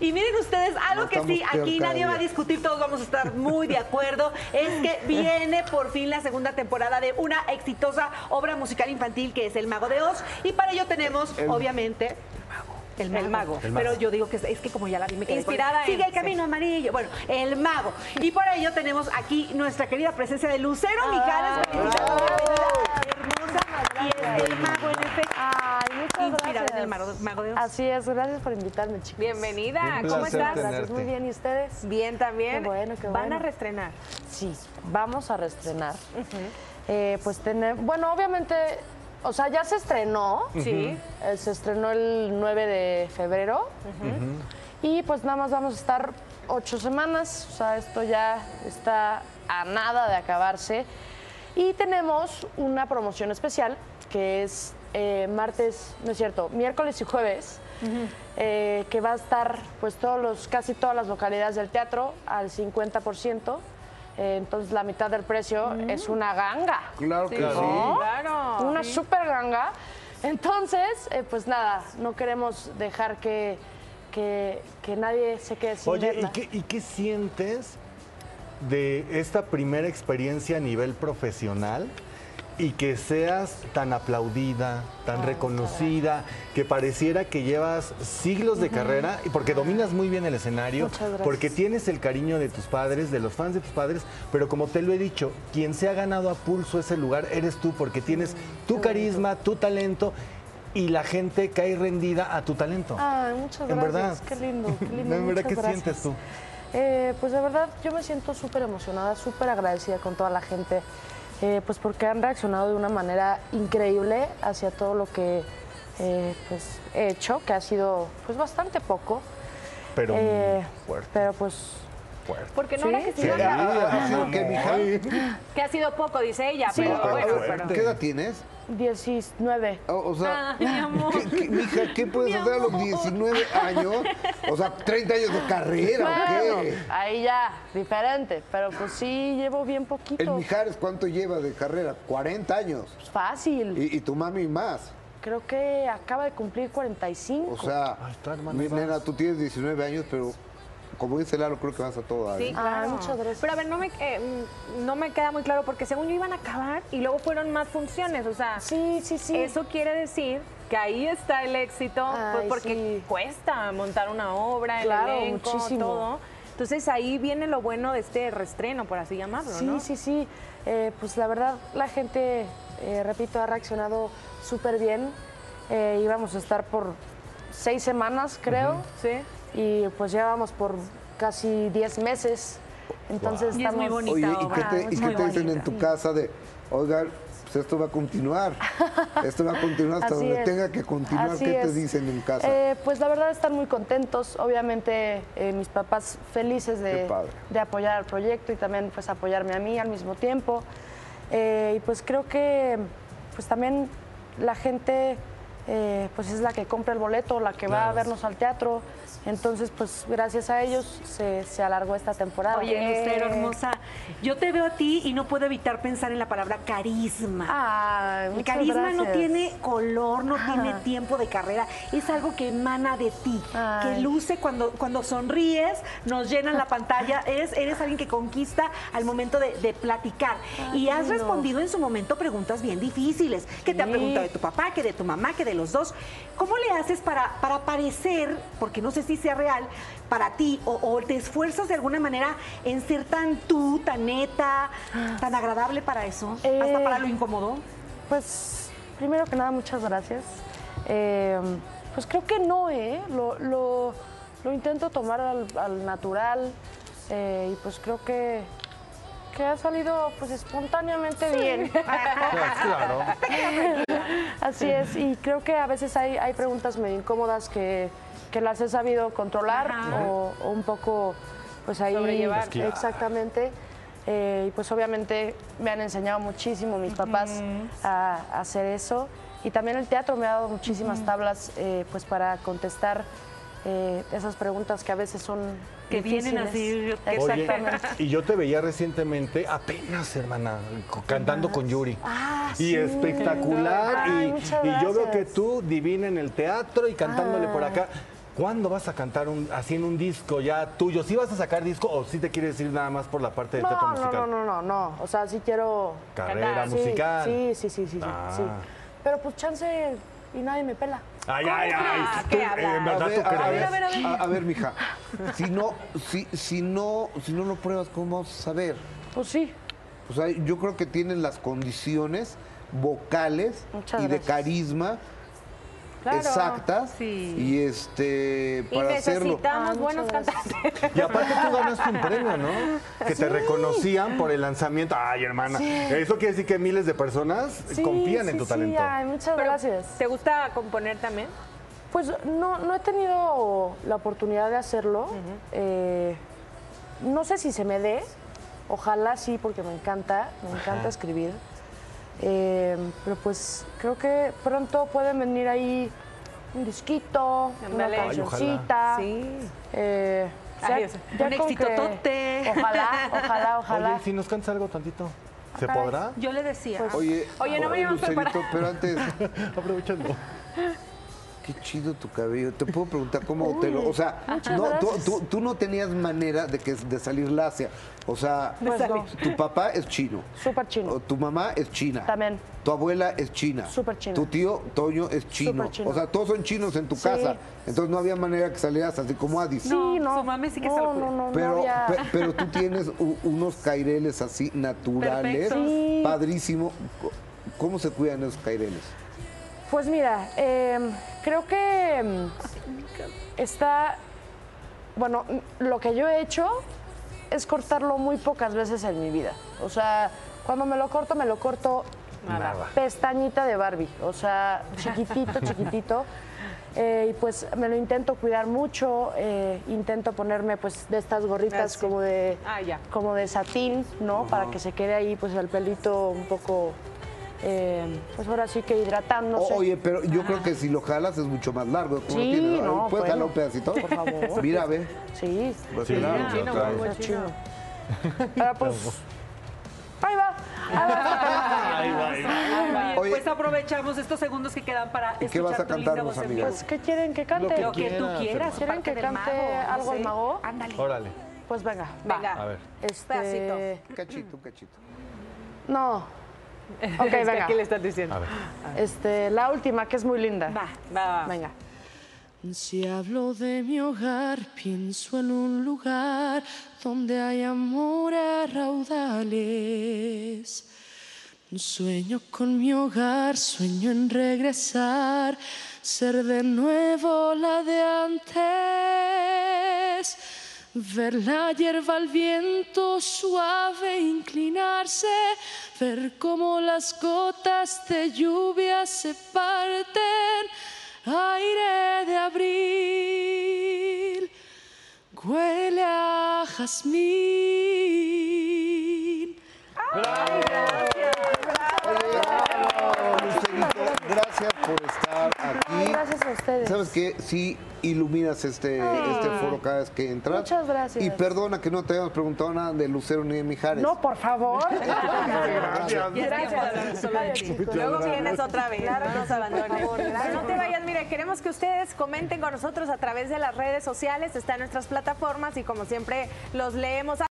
Y miren ustedes, algo No, que estamos sí, aquí peor cada nadie va a día. discutir, todos vamos a estar muy de acuerdo, es que viene por fin la segunda temporada de una exitosa obra musical infantil que es El Mago de Oz. Y para ello tenemos, obviamente... El mago. El mago. El mago. Pero yo digo que es, es que como ya la vi, me quedé con- Inspirada en- Sigue el camino amarillo. Bueno, el mago. Y por ello tenemos aquí nuestra querida presencia de Lucero Ah. Mijares. Hermosa. Y es el mago en efecto. Ay, muchas Inspirada gracias. en el Mago- Mago de Oz. Así es, gracias por invitarme, chicos. Bienvenida, Un ¿cómo placer estás? tenerte. Gracias, muy bien. ¿Y ustedes? Bien también. Qué bueno, qué Van a bueno. restrenar. Sí, vamos a restrenar. Eh, pues tener, bueno, obviamente, o sea, ya se estrenó. Sí. Eh, se estrenó el 9 de febrero. Y pues nada más vamos a estar ocho semanas. O sea, esto ya está a nada de acabarse. Y tenemos una promoción especial que es eh, martes, no es cierto, miércoles y jueves, eh, que va a estar pues todos los, casi todas las localidades del teatro al 50%. Eh, entonces la mitad del precio es una ganga. Claro que sí. ¿no? Claro. Una super ganga. Entonces, eh, pues nada, no queremos dejar que, que, que nadie se quede sin Oye, ¿y verla. qué, y qué sientes de esta primera experiencia a nivel profesional? Y que seas tan aplaudida, tan reconocida, que pareciera que llevas siglos de carrera, y porque dominas muy bien el escenario, Muchas gracias. porque tienes el cariño de tus padres, de los fans de tus padres, pero como te lo he dicho, quien se ha ganado a pulso ese lugar eres tú, porque tienes tu carisma, tu talento, y la gente cae rendida a tu talento. Ay, muchas En gracias. verdad. Qué lindo, qué lindo. En verdad, muchas ¿qué gracias. sientes tú? Eh, pues de verdad, yo me siento súper emocionada, súper agradecida con toda la gente, eh, pues porque han reaccionado de una manera increíble hacia todo lo que eh, pues, he hecho, que ha sido pues bastante poco. Pero Eh, fuerte, pero pues fuerte. Porque no era que, Sí, sí, era- Ah, no, que mija. que ha sido poco, dice ella, Sí. pero Pero bueno, A ver, pero- ¿Qué edad tienes? 19. O, o sea, Ay, Ah, mi ¿qué, amor. qué- mija, ¿qué puedes hacer a los 19 años? O sea, 30 años de carrera, ¿o Bueno, qué? ahí ya, diferente, pero pues sí llevo bien El poquito. Pues, Mijares, ¿cuánto lleva de carrera? 40 años. Fácil. Y, y tu mami más. Creo que acaba de cumplir 45. O sea, Ahí está, hermano, mi- vas. nena, tú tienes 19 años, pero como dice Lalo, creo que vas a toda. Sí, ¿eh? Ah, claro. muchas gracias. Pero a ver, no me, eh, no me queda muy claro porque según yo iban a acabar y luego fueron más funciones, o sea, sí, sí, sí. eso quiere decir que ahí está el éxito, pues, Ay, porque sí. cuesta montar una obra, Claro, el elenco, muchísimo. todo. Entonces ahí viene lo bueno de este restreno, por así llamarlo, Sí, ¿no? sí, sí. Eh, pues la verdad, la gente, eh, repito, ha reaccionado súper bien. Eh, íbamos a estar por seis semanas, creo, Sí. y pues ya vamos por casi 10 meses. Entonces Y es estamos... muy bonito. Oye, ¿y obra, qué te, es y qué muy te dicen en bonita. tu casa de, oigan, pues esto va a continuar? Esto va a continuar hasta Así donde es. tenga que continuar. Así ¿Qué te es. dicen en casa? Eh, pues la verdad están muy contentos. Obviamente eh, mis papás felices Qué de, padre. de apoyar al proyecto y también pues apoyarme a mí al mismo tiempo. Eh, y pues creo que pues también la gente eh, pues es la que compra el boleto, la que va a vernos al teatro. Entonces pues gracias a ellos se, se alargó esta temporada. Oye, Lucero, eh. hermosa, yo te veo a ti y no puedo evitar pensar en la palabra carisma. Ay, El muchas carisma no gracias. tiene color, no tiene tiempo de carrera, es algo que emana de ti, Ay. que luce cuando, cuando sonríes, nos llenan la pantalla, eres, eres alguien que conquista al momento de, de platicar. y has respondido en su momento preguntas bien difíciles, que te han Sí. preguntado de tu papá, que de tu mamá, que de los dos. ¿Cómo le haces para, para parecer, porque no sé si sea real, para ti, o, o te esfuerzas de alguna manera en ser tan tú, tan neta, tan agradable para eso, hasta Ah. Eh. para lo incómodo? Pues, primero que nada, muchas gracias. Eh, pues creo que no, ¿eh? Lo, lo- lo intento tomar al, al natural eh, y pues creo que, que ha salido pues espontáneamente bien. Claro. Así es, y creo que a veces hay, hay preguntas medio incómodas que, que las he sabido controlar o, o un poco, pues ahí... Sobrellevar. Esquivar. Exactamente. Eh, y pues obviamente me han enseñado muchísimo mis papás a, a hacer eso. Y también el teatro me ha dado muchísimas tablas eh, pues para contestar eh, esas preguntas que a veces son Que vienen difíciles. así, que- Oye, Exactamente. y yo te veía recientemente, apenas, hermana, co- cantando con Yuri. Ah, y sí. espectacular. Ay, y- muchas y, yo veo gracias. Ah. que tú divina en el teatro y cantándole por acá. ¿Cuándo vas a cantar un, así en un disco ya tuyo? ¿Sí vas a sacar disco o sí te quieres ir nada más por la parte de teatro No, no, musical? no, no, no, no. O sea, sí quiero. Carrera Sí, musical. Sí, sí, sí, sí, sí, Ah. sí. Pero pues chance y nadie me pela. Ay, ay, ay. crees? Tú, ¿Qué eh, hablas? en A verdad ver, tú a, crees. ver, A ver, a ver. a- a ver, mija, si no, si, si no, si no lo pruebas, ¿cómo vamos a saber? Pues sí. O sea, yo creo que tienen las condiciones vocales Muchas y de gracias. carisma Claro. exactas Sí. y este Y para hacerlo. necesitamos Ah, buenos muchas cantantes. Y aparte tú ganaste un premio, ¿no? Que te reconocían por el lanzamiento. Ay, hermana. Eso quiere decir que miles de personas Sí, confían en sí, tu sí, talento. ay, muchas Pero, gracias. ¿Te gusta componer también? Pues no, no he tenido la oportunidad de hacerlo. Eh, no sé si se me dé. Ojalá sí, porque me encanta. Me encanta escribir. Eh, pero pues creo que pronto pueden venir ahí un disquito, Ándale. una Ay, ojalá. cancioncita. Sí. Eh, ya- Ay, o sea, ya un con que- exitotote. Ojalá, ojalá, ojalá. Oye, ¿y si nos cantas algo tantito, ¿se Caray. podrá? Yo le decía. Oye, Oye, no me habíamos Lucerito, preparado. pero antes, Aprovechando. qué chido tu cabello. Te puedo preguntar cómo te lo, o sea, no, tú, gracias. tú- tú no tenías manera de que de salir lacia. O sea, Pues no. tu papá es chino. Súper chino. O Tu mamá es china. También. Tu abuela es china. Súper china. Tu tío Toño es chino. Súper chino. O sea, todos son chinos en tu Sí. casa. Entonces no había manera que salieras así como Adis. Sí, No, no. su mami sí que es no, alocura. no, no, no Pero, había- pe- pero tú tienes u- unos caireles así naturales, Perfectos. Sí. padrísimo. Co- ¿Cómo se cuidan esos caireles? Pues mira, em, creo que em, está. Bueno, m- lo que yo he hecho es cortarlo muy pocas veces en mi vida. O sea, cuando me lo corto, me lo corto Nada. pestañita de Barbie. O sea, chiquitito, chiquitito. Eh, y pues me lo intento cuidar mucho. eh, intento ponerme pues de estas gorritas Ah, sí. como de Ah, ya. como de satín, ¿no? Para que se quede ahí pues el pelito un poco. eh, pues ahora sí que O- hidratándose. Oye, pero yo creo que si lo jalas es mucho más largo. Tú lo Ah. Sí, tienes, ¿no? no, ¿Puedes jalar bueno. un pedacito? Por favor. Mira, ve. Sí, Pues Sí, claro, lo chino, muy traes. está chido. Pero pues. Ahí va. Oye, Oye. pues aprovechamos estos segundos que quedan para ¿Y escuchar qué vas a tu linda cantarnos, voz en amiga? vivo. Pues, ¿qué quieren que cante? que Lo que tú quieras, quieras. hermano. parte ¿Quieren que del cante mago, no algo el sé. mago? Ah, Ándale. Órale. Pues venga, Venga. A ver. Este. Pedacito. Un cachito, un cachito. No. Ok, Es que venga. aquí le estás diciendo. A ver. Este, la última, que es muy linda. Va. Va. Venga. Si hablo de mi hogar, pienso en un lugar donde hay amor a raudales. Sueño con mi hogar, sueño en regresar, ser de nuevo la de antes. Ver la hierba al viento suave inclinarse, ver cómo las gotas de lluvia se parten, aire de abril, huele a jazmín. Bravo, Lucerito. Gracias por estar aquí. Gracias a ustedes. Ah. ¿Sabes qué? Sí iluminas este, este foro cada vez que entras. Muchas gracias. Y perdona que no te hayamos preguntado nada de Lucero ni de Mijares. No, por favor. Gracias. Ya es tiempo de hablar solo de ti. Luego vienes otra vez. no nos abandones. Pero no te vayas. Mira, queremos que ustedes comenten con nosotros a través de las redes sociales. Están nuestras plataformas y como siempre los leemos.